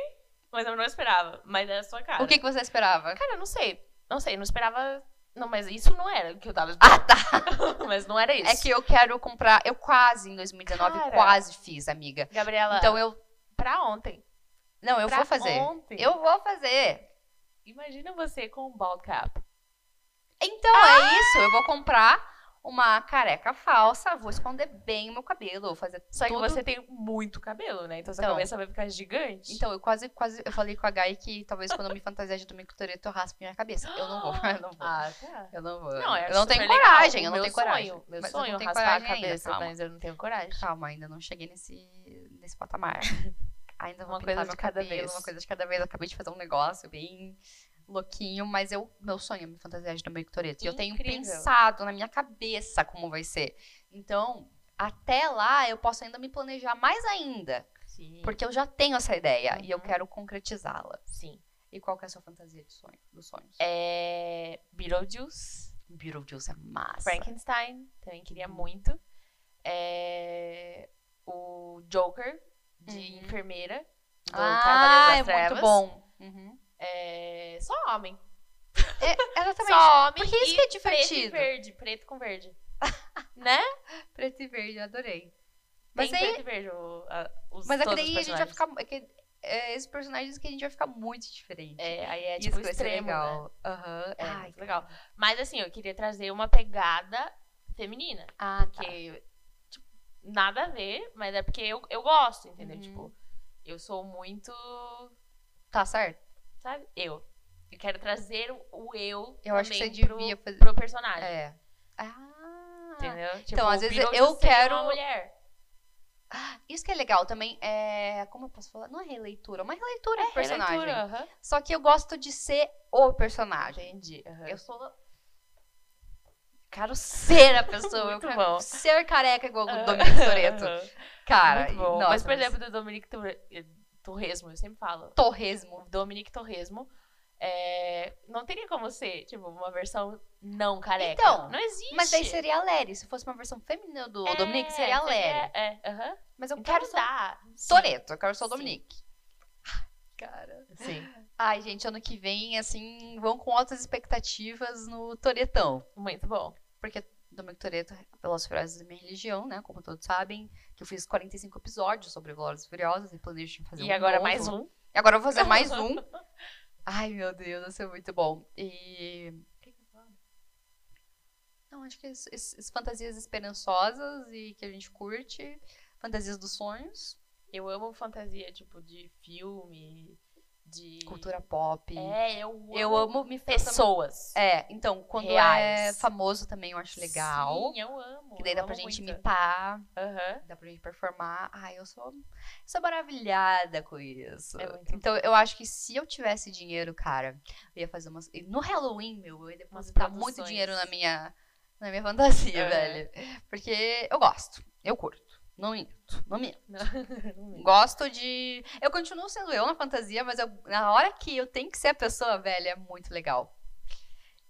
Speaker 2: mas eu não esperava. Mas era a sua cara.
Speaker 1: O que, que você esperava?
Speaker 2: Cara, eu não sei. Não sei, não esperava. Não, mas isso não era o que eu tava
Speaker 1: Ah,
Speaker 2: esperando.
Speaker 1: tá.
Speaker 2: mas não era isso.
Speaker 1: É que eu quero comprar. Eu quase, em 2019,
Speaker 2: Cara.
Speaker 1: quase fiz, amiga.
Speaker 2: Gabriela,
Speaker 1: Então eu.
Speaker 2: pra ontem.
Speaker 1: Não, eu
Speaker 2: pra
Speaker 1: vou fazer.
Speaker 2: Ontem.
Speaker 1: Eu vou fazer.
Speaker 2: Imagina você com um bald cap.
Speaker 1: Então
Speaker 2: Ah!
Speaker 1: é isso. Eu vou comprar uma careca falsa, vou esconder bem o meu cabelo, vou fazer
Speaker 2: Só que
Speaker 1: tudo.
Speaker 2: você tem muito cabelo, né? Então sua
Speaker 1: Então.
Speaker 2: cabeça vai ficar gigante.
Speaker 1: Então, eu quase, quase, eu falei com a Gai que talvez quando eu me fantasiar de Domingo Toreto, eu raspe minha cabeça. Eu não vou, eu não vou.
Speaker 2: Ah, tá.
Speaker 1: Eu não vou.
Speaker 2: Não, é
Speaker 1: Então, eu não
Speaker 2: super
Speaker 1: tenho
Speaker 2: legal.
Speaker 1: coragem,
Speaker 2: O
Speaker 1: eu não
Speaker 2: meu
Speaker 1: tenho coragem.
Speaker 2: Sonho, meu
Speaker 1: Mas eu
Speaker 2: sonho
Speaker 1: não
Speaker 2: é
Speaker 1: tenho
Speaker 2: raspar a
Speaker 1: coragem ainda,
Speaker 2: cabeça,
Speaker 1: calma.
Speaker 2: mas eu não tenho coragem.
Speaker 1: Calma, ainda não cheguei nesse, nesse patamar. Ainda vou
Speaker 2: Uma
Speaker 1: pintar
Speaker 2: coisa
Speaker 1: meu
Speaker 2: de cada
Speaker 1: cabelo,
Speaker 2: vez.
Speaker 1: Uma coisa de cada vez. Eu acabei de fazer um negócio bem louquinho, mas eu, meu sonho é me fantasiar de Domenico Toretto. E eu tenho
Speaker 2: Incrível.
Speaker 1: pensado na minha cabeça como vai ser. Então, até lá, eu posso ainda me planejar mais ainda.
Speaker 2: Sim.
Speaker 1: Porque eu já tenho essa ideia e eu
Speaker 2: Uhum.
Speaker 1: quero concretizá-la.
Speaker 2: Sim.
Speaker 1: E qual que é a sua fantasia de sonho, dos sonhos?
Speaker 2: É. Beetlejuice,
Speaker 1: Beetlejuice é massa.
Speaker 2: Frankenstein, também queria muito. É. O Joker, de
Speaker 1: Uhum.
Speaker 2: enfermeira. Do
Speaker 1: ah,
Speaker 2: Cavaleiro
Speaker 1: é
Speaker 2: das Trevas.
Speaker 1: muito bom. Uhum.
Speaker 2: É, Só homem.
Speaker 1: Exatamente.
Speaker 2: Só homem.
Speaker 1: Porque isso
Speaker 2: e
Speaker 1: que é
Speaker 2: preto e
Speaker 1: divertido.
Speaker 2: verde. Preto com verde. né?
Speaker 1: Preto e verde, eu adorei. Mas,
Speaker 2: Mas
Speaker 1: é
Speaker 2: Tem
Speaker 1: aí,
Speaker 2: preto e verde. o- a- os,
Speaker 1: mas é que
Speaker 2: todos os
Speaker 1: daí a gente vai
Speaker 2: personagens.
Speaker 1: ficar. É que, é, esses personagens que a gente vai ficar muito diferente.
Speaker 2: É, aí é
Speaker 1: Isso
Speaker 2: tipo
Speaker 1: que vai ser
Speaker 2: extremo, né?
Speaker 1: legal. Aham.
Speaker 2: É,
Speaker 1: Ai,
Speaker 2: muito legal.
Speaker 1: cara.
Speaker 2: Mas assim, eu queria trazer uma pegada feminina.
Speaker 1: Ah, tá.
Speaker 2: Porque, tipo, nada a ver, mas é porque eu, eu gosto, entendeu?
Speaker 1: Uhum.
Speaker 2: Tipo, eu sou muito.
Speaker 1: Tá certo?
Speaker 2: Sabe? Eu. Eu quero trazer o, o eu.
Speaker 1: Eu acho que
Speaker 2: também
Speaker 1: você devia
Speaker 2: pro,
Speaker 1: fazer-
Speaker 2: pro personagem.
Speaker 1: É. Ah.
Speaker 2: Entendeu? Tipo,
Speaker 1: Então, às
Speaker 2: o
Speaker 1: vezes eu
Speaker 2: Beetlejuice seria
Speaker 1: quero-
Speaker 2: Uma mulher.
Speaker 1: Isso que é legal também é. Como eu posso falar? Não é releitura, é uma releitura do personagem.
Speaker 2: Releitura, aham.
Speaker 1: Só que eu gosto de ser o personagem.
Speaker 2: Entendi. aham.
Speaker 1: Eu sou. Quero ser a pessoa.
Speaker 2: Muito
Speaker 1: eu quero
Speaker 2: bom.
Speaker 1: ser careca igual
Speaker 2: Aham.
Speaker 1: o Dominique Toretto.
Speaker 2: Aham.
Speaker 1: Cara,
Speaker 2: Muito bom.
Speaker 1: nossa,
Speaker 2: mas, por exemplo, do Dominique Torre- eh, Torresmo, eu sempre falo.
Speaker 1: torresmo.
Speaker 2: O Dominique Torresmo é, não teria como ser, tipo, uma versão não careca.
Speaker 1: Então,
Speaker 2: não existe.
Speaker 1: Mas daí seria a Lery. Se fosse uma versão feminina do
Speaker 2: É,
Speaker 1: Dominique, seria a Lery.
Speaker 2: É, aham.
Speaker 1: Mas eu
Speaker 2: Então
Speaker 1: quero ser
Speaker 2: dá.
Speaker 1: o
Speaker 2: Sim.
Speaker 1: Toreto, eu quero ser o
Speaker 2: Sim.
Speaker 1: Dominique. Cara.
Speaker 2: Sim.
Speaker 1: Ai, gente, ano que vem, assim, vão com altas expectativas no Toretão.
Speaker 2: Muito bom.
Speaker 1: Porque Dominique Toreto, Velozes e Furiosos é minha religião, né? Como todos sabem, que eu fiz 45 episódios sobre Velozes e Furiosos e planejo fazer um
Speaker 2: e agora
Speaker 1: novo.
Speaker 2: mais um.
Speaker 1: E agora eu vou fazer mais um. Ai, meu Deus, vai ser muito bom. E Não, acho que as, as- as fantasias esperançosas e que a gente curte, fantasias dos sonhos,
Speaker 2: Eu amo fantasia, tipo, de filme, de.
Speaker 1: cultura pop.
Speaker 2: É, eu amo.
Speaker 1: eu amo me fantam-
Speaker 2: pessoas.
Speaker 1: É, então, quando é
Speaker 2: Reais.
Speaker 1: famoso também eu acho legal.
Speaker 2: Sim, eu amo.
Speaker 1: que daí
Speaker 2: eu
Speaker 1: dá pra
Speaker 2: amo
Speaker 1: gente
Speaker 2: muito.
Speaker 1: imitar,
Speaker 2: Aham.
Speaker 1: dá pra gente performar. Ai, eu sou, sou maravilhada com isso.
Speaker 2: É muito
Speaker 1: então, eu acho que se eu tivesse dinheiro, cara, eu ia fazer umas. e No Halloween, meu, eu ia depositar muito
Speaker 2: produções.
Speaker 1: dinheiro na minha, na minha fantasia,
Speaker 2: É.
Speaker 1: velho. Porque eu gosto, eu curto. Não minto, não minto.
Speaker 2: Não-
Speaker 1: Gosto de. Eu continuo sendo eu na fantasia, mas eu- na hora que eu tenho que ser a pessoa, velho, é muito legal.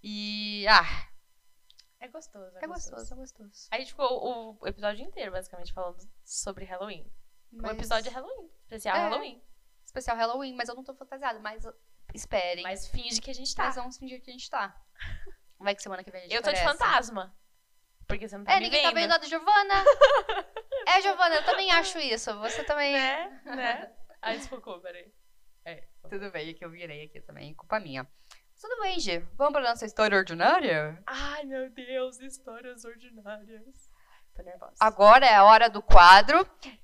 Speaker 1: E. Ah,
Speaker 2: É gostoso.
Speaker 1: é gostoso, é gostoso.
Speaker 2: A gente ficou tipo, o episódio inteiro, basicamente, falando sobre Halloween.
Speaker 1: Mas-
Speaker 2: Um episódio é Halloween. Especial
Speaker 1: É.
Speaker 2: Halloween.
Speaker 1: especial Halloween, mas eu não tô fantasiada, mas esperem.
Speaker 2: Mas finge que a gente tá.
Speaker 1: Mas vamos fingir que a gente tá. Vai que semana que vem a gente
Speaker 2: eu tô de
Speaker 1: aparece.
Speaker 2: fantasma. Porque você não tá
Speaker 1: É,
Speaker 2: me
Speaker 1: ninguém
Speaker 2: vendo.
Speaker 1: tá vendo nada, Giovana. é, Giovana, eu também acho isso. Você também.
Speaker 2: Né? Né? Ai, desfocou, peraí. É.
Speaker 1: Tudo bem, é que eu virei aqui também, culpa minha. Tudo bem, Gi. Vamos pra nossa história ordinária?
Speaker 2: Ai, meu Deus, histórias ordinárias. Tô nervosa.
Speaker 1: Agora é a hora do quadro.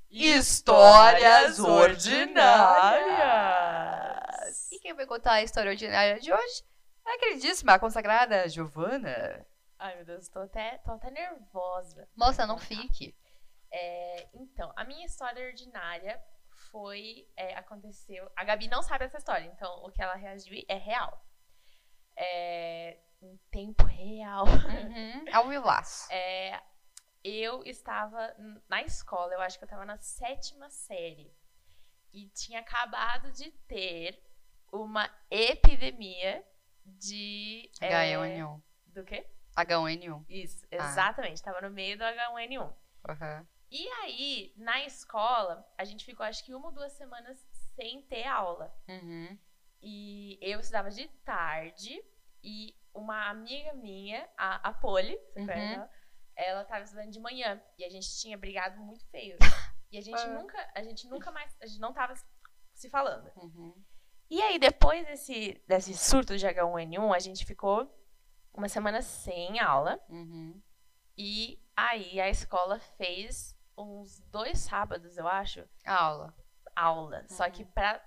Speaker 1: Histórias ordinárias. E quem vai contar a história ordinária de hoje é A queridíssima, a consagrada Giovana.
Speaker 2: Ai, meu Deus, tô até, tô até nervosa.
Speaker 1: Moça, não fique.
Speaker 2: É, então, a minha história ordinária foi. é, aconteceu. A Gabi não sabe essa história, então o que ela reagiu é real. É, em tempo real.
Speaker 1: Uhum. Ao vivaço.
Speaker 2: É, eu estava n- na escola, eu acho que eu estava na sétima série. E tinha acabado de ter uma epidemia de. é,
Speaker 1: H1N1.
Speaker 2: do quê?
Speaker 1: H1N1.
Speaker 2: Isso, exatamente. Estava no meio do H1N1.
Speaker 1: Aham.
Speaker 2: E aí, na escola, a gente ficou acho que uma ou duas semanas sem ter aula.
Speaker 1: Uhum.
Speaker 2: E eu estudava de tarde e uma amiga minha, a, a Poli, você
Speaker 1: Uhum.
Speaker 2: conhece ela? Ela tava estudando de manhã e a gente tinha brigado muito feio. E a gente
Speaker 1: Ah.
Speaker 2: nunca, a gente nunca mais, a gente não tava se falando.
Speaker 1: Uhum.
Speaker 2: E aí, depois desse, desse surto de H1N1, a gente ficou uma semana sem aula.
Speaker 1: Uhum.
Speaker 2: E aí, a escola fez uns dois sábados, eu acho,
Speaker 1: Aula.
Speaker 2: aula, só
Speaker 1: Uhum.
Speaker 2: que para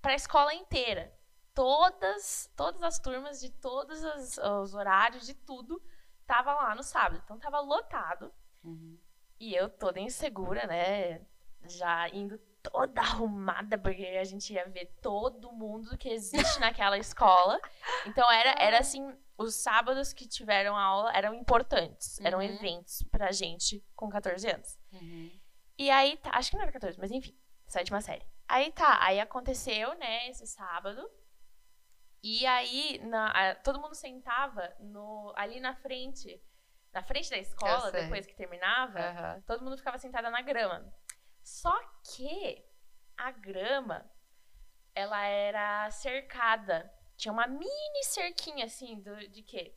Speaker 2: para escola inteira. Todas todas as turmas de todos os, os horários de tudo tava lá no sábado. Então tava lotado
Speaker 1: Uhum.
Speaker 2: e eu toda insegura, né? Já indo toda arrumada porque a gente ia ver todo mundo que existe naquela escola. Então era era assim, os sábados que tiveram aula eram importantes, eram
Speaker 1: Uhum.
Speaker 2: eventos pra gente com 14 anos.
Speaker 1: Uhum.
Speaker 2: E aí, tá, acho que não era 14, mas enfim, sétima série. Aí tá, aí aconteceu, né, esse sábado. E aí, na- a- todo mundo sentava no- ali na frente, na frente da escola,
Speaker 1: Eu sei. É.
Speaker 2: depois que terminava,
Speaker 1: Aham.
Speaker 2: todo mundo ficava sentada na grama. Só que a grama, ela era cercada. Tinha uma mini cerquinha, assim, do- de quê?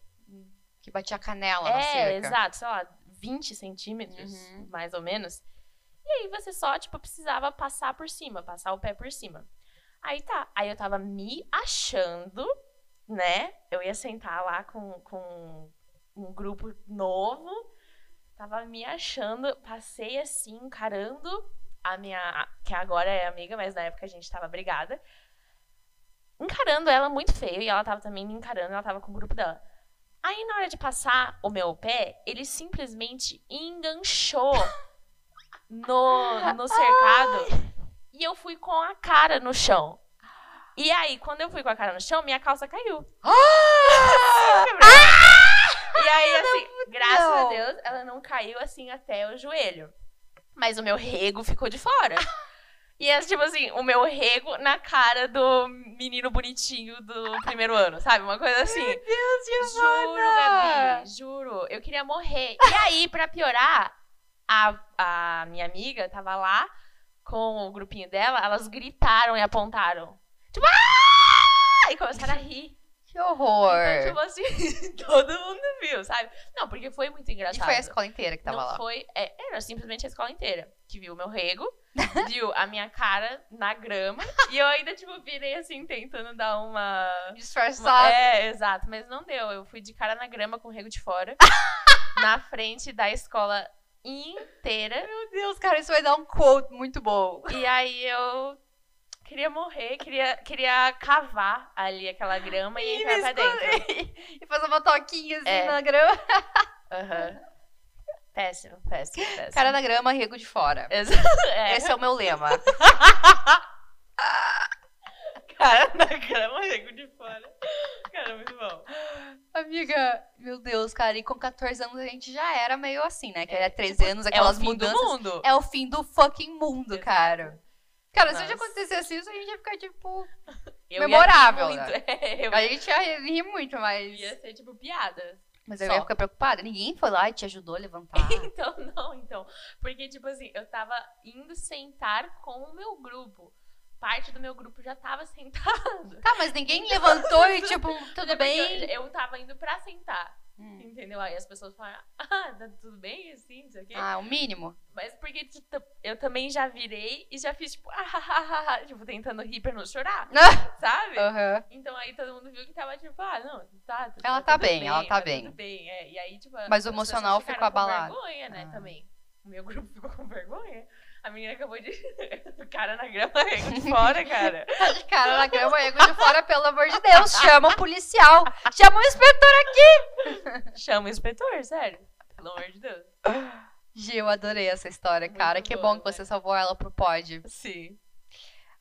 Speaker 1: Que batia a canela na
Speaker 2: É,
Speaker 1: cerca.
Speaker 2: exato, sei lá, 20 centímetros,
Speaker 1: Uhum.
Speaker 2: mais ou menos. E aí você só, tipo, precisava passar por cima, passar o pé por cima. Aí tá, aí eu tava me achando, né? Eu ia sentar lá com, com um grupo novo, tava me achando, passei assim, encarando a minha, que agora é amiga, mas na época a gente tava brigada, encarando ela muito feio, e ela tava também me encarando, ela tava com o grupo dela. Aí, na hora de passar o meu pé, ele simplesmente enganchou no, no cercado. E eu fui com a cara no chão. E aí, quando eu fui com a cara no chão, minha calça caiu. E aí, assim, graças a
Speaker 1: não.
Speaker 2: Deus, ela não caiu assim até o joelho. Mas o meu rego ficou de fora. E é tipo assim, o meu rego na cara do menino bonitinho do primeiro ano, sabe? Uma coisa assim. Juro, Gabi, juro. Eu queria morrer. E aí, pra piorar, a, a minha amiga tava lá com o grupinho dela, elas gritaram e apontaram. Tipo, ah! E começaram a rir.
Speaker 1: Que horror.
Speaker 2: Então, tipo assim, todo mundo viu, sabe? Não, porque foi muito
Speaker 1: e
Speaker 2: engraçado.
Speaker 1: foi a escola inteira que tava
Speaker 2: Não
Speaker 1: lá.
Speaker 2: foi. é, era simplesmente a escola inteira. Que viu o meu rego, viu a minha cara na grama. e eu ainda, tipo, virei assim, tentando dar uma.
Speaker 1: Disfarçado.
Speaker 2: É, exato, mas não deu. Eu fui de cara na grama com o rego de fora, na frente da escola inteira.
Speaker 1: Meu Deus, cara, isso vai dar um quote muito bom.
Speaker 2: E aí eu queria morrer, queria, queria cavar ali aquela grama e,
Speaker 1: E
Speaker 2: entrar pra dentro.
Speaker 1: e fazer uma toquinha assim
Speaker 2: É.
Speaker 1: na grama.
Speaker 2: Aham. Péssimo, péssimo, péssimo.
Speaker 1: Cara na grama, rego de fora.
Speaker 2: Exa- é,
Speaker 1: Esse é o meu lema.
Speaker 2: cara na grama, rego de fora. Cara, muito bom.
Speaker 1: Amiga, meu Deus, cara, e com 14 anos a gente já era meio assim, né? Que
Speaker 2: É,
Speaker 1: era 13 anos, aquelas
Speaker 2: é o fim
Speaker 1: mudanças.
Speaker 2: do mundo.
Speaker 1: É o fim do fucking mundo,
Speaker 2: Exato.
Speaker 1: cara. Cara, se
Speaker 2: É. Nossa.
Speaker 1: já acontecesse isso, a gente ia ficar tipo.
Speaker 2: Eu ia rir
Speaker 1: memorável,
Speaker 2: muito.
Speaker 1: né?
Speaker 2: É, eu
Speaker 1: A gente ia rir muito, mas.
Speaker 2: ia ser tipo piada.
Speaker 1: Mas eu
Speaker 2: Só.
Speaker 1: ia ficar preocupada. Ninguém foi lá e te ajudou a levantar.
Speaker 2: Então, não, então. Porque, tipo assim, eu tava indo sentar com o meu grupo. Parte do meu grupo já tava sentado.
Speaker 1: tá, mas ninguém
Speaker 2: Então,
Speaker 1: levantou e tipo, tudo
Speaker 2: Porque
Speaker 1: bem.
Speaker 2: Eu, eu tava indo pra sentar,
Speaker 1: Hum.
Speaker 2: entendeu? Aí as pessoas falaram, ah, tá tudo bem, assim, não sei o quê.
Speaker 1: Ah, o mínimo.
Speaker 2: Mas porque tipo, eu também já virei e já fiz, tipo, ah, ah, ah, ah", tipo, tentando rir pra não chorar,
Speaker 1: Ah.
Speaker 2: sabe?
Speaker 1: Aham.
Speaker 2: Então aí todo mundo viu que tava, tipo, ah, não, tá. tá
Speaker 1: Ela tá
Speaker 2: tudo
Speaker 1: bem, ela tá bem.
Speaker 2: Tudo bem, é. E aí, tipo,
Speaker 1: Mas o
Speaker 2: as
Speaker 1: emocional
Speaker 2: pessoas
Speaker 1: ficou
Speaker 2: ficaram com
Speaker 1: abalado.
Speaker 2: vergonha, né,
Speaker 1: Ah.
Speaker 2: também. O meu grupo ficou com vergonha. A menina acabou de. O cara na grama ego de fora, cara.
Speaker 1: Tá de cara na grama, ego de fora, pelo amor de Deus. Chama o policial. Chama o inspetor.
Speaker 2: Chama o inspetor, sério. Pelo amor de Deus.
Speaker 1: Gi, eu adorei essa história,
Speaker 2: Muito
Speaker 1: cara. que
Speaker 2: boa,
Speaker 1: bom
Speaker 2: né?
Speaker 1: que você salvou ela pro pod.
Speaker 2: Sim.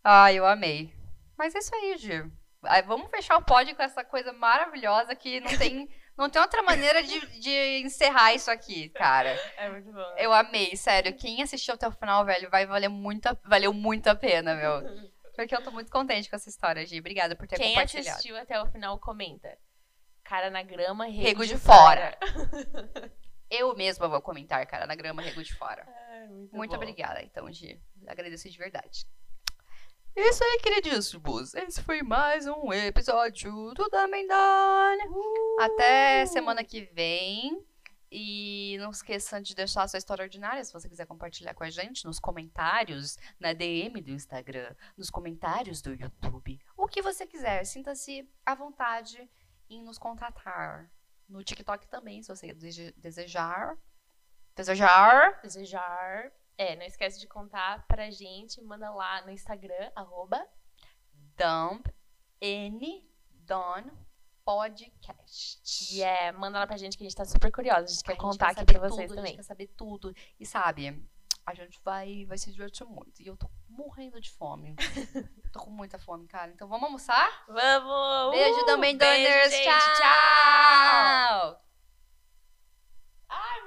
Speaker 1: Ai, eu amei. Mas é isso aí, Gi. Ai, vamos fechar o pod com essa coisa maravilhosa que não tem, não tem outra maneira de, de encerrar isso aqui, cara.
Speaker 2: É muito bom. né?
Speaker 1: Eu amei, sério. Quem assistiu até o final, velho, vai valer muito, a- valeu muito a pena, meu. Porque eu tô muito contente com essa história, Gi. Obrigada por ter
Speaker 2: Quem
Speaker 1: compartilhado.
Speaker 2: assistiu até o final, comenta. Cara na grama, rego,
Speaker 1: Rego
Speaker 2: de,
Speaker 1: de
Speaker 2: fora.
Speaker 1: Eu mesma vou comentar, cara, na grama rego de fora.
Speaker 2: Ai, muito
Speaker 1: Muito
Speaker 2: bom.
Speaker 1: obrigada, então, Gi. Agradeço de verdade. É Isso aí, queridíssimos. Esse foi mais um episódio do Damendane.
Speaker 2: Uh!
Speaker 1: Até semana que vem. E não esqueçam de deixar a sua história ordinária, se você quiser compartilhar com a gente, nos comentários, na DM do Instagram, nos comentários do YouTube. O que você quiser. Sinta-se à vontade em nos contatar. No TikTok também, se você dese- desejar. Desejar.
Speaker 2: Desejar. É, não esquece de contar pra gente. Manda lá no Instagram, arroba.
Speaker 1: Dump N Don Podcast.
Speaker 2: E é, manda lá pra gente que a gente tá super curiosa. A gente
Speaker 1: A
Speaker 2: quer
Speaker 1: gente
Speaker 2: contar
Speaker 1: quer
Speaker 2: aqui
Speaker 1: saber
Speaker 2: pra vocês
Speaker 1: tudo, A gente
Speaker 2: também.
Speaker 1: quer saber tudo. E sabe, a gente vai, vai se divertir muito. E eu tô morrendo de fome. tô com muita fome, cara. Então vamos almoçar?
Speaker 2: Vamos!
Speaker 1: Beijo
Speaker 2: Uh,
Speaker 1: também,
Speaker 2: beijo,
Speaker 1: Doners.
Speaker 2: gente.
Speaker 1: Tchau!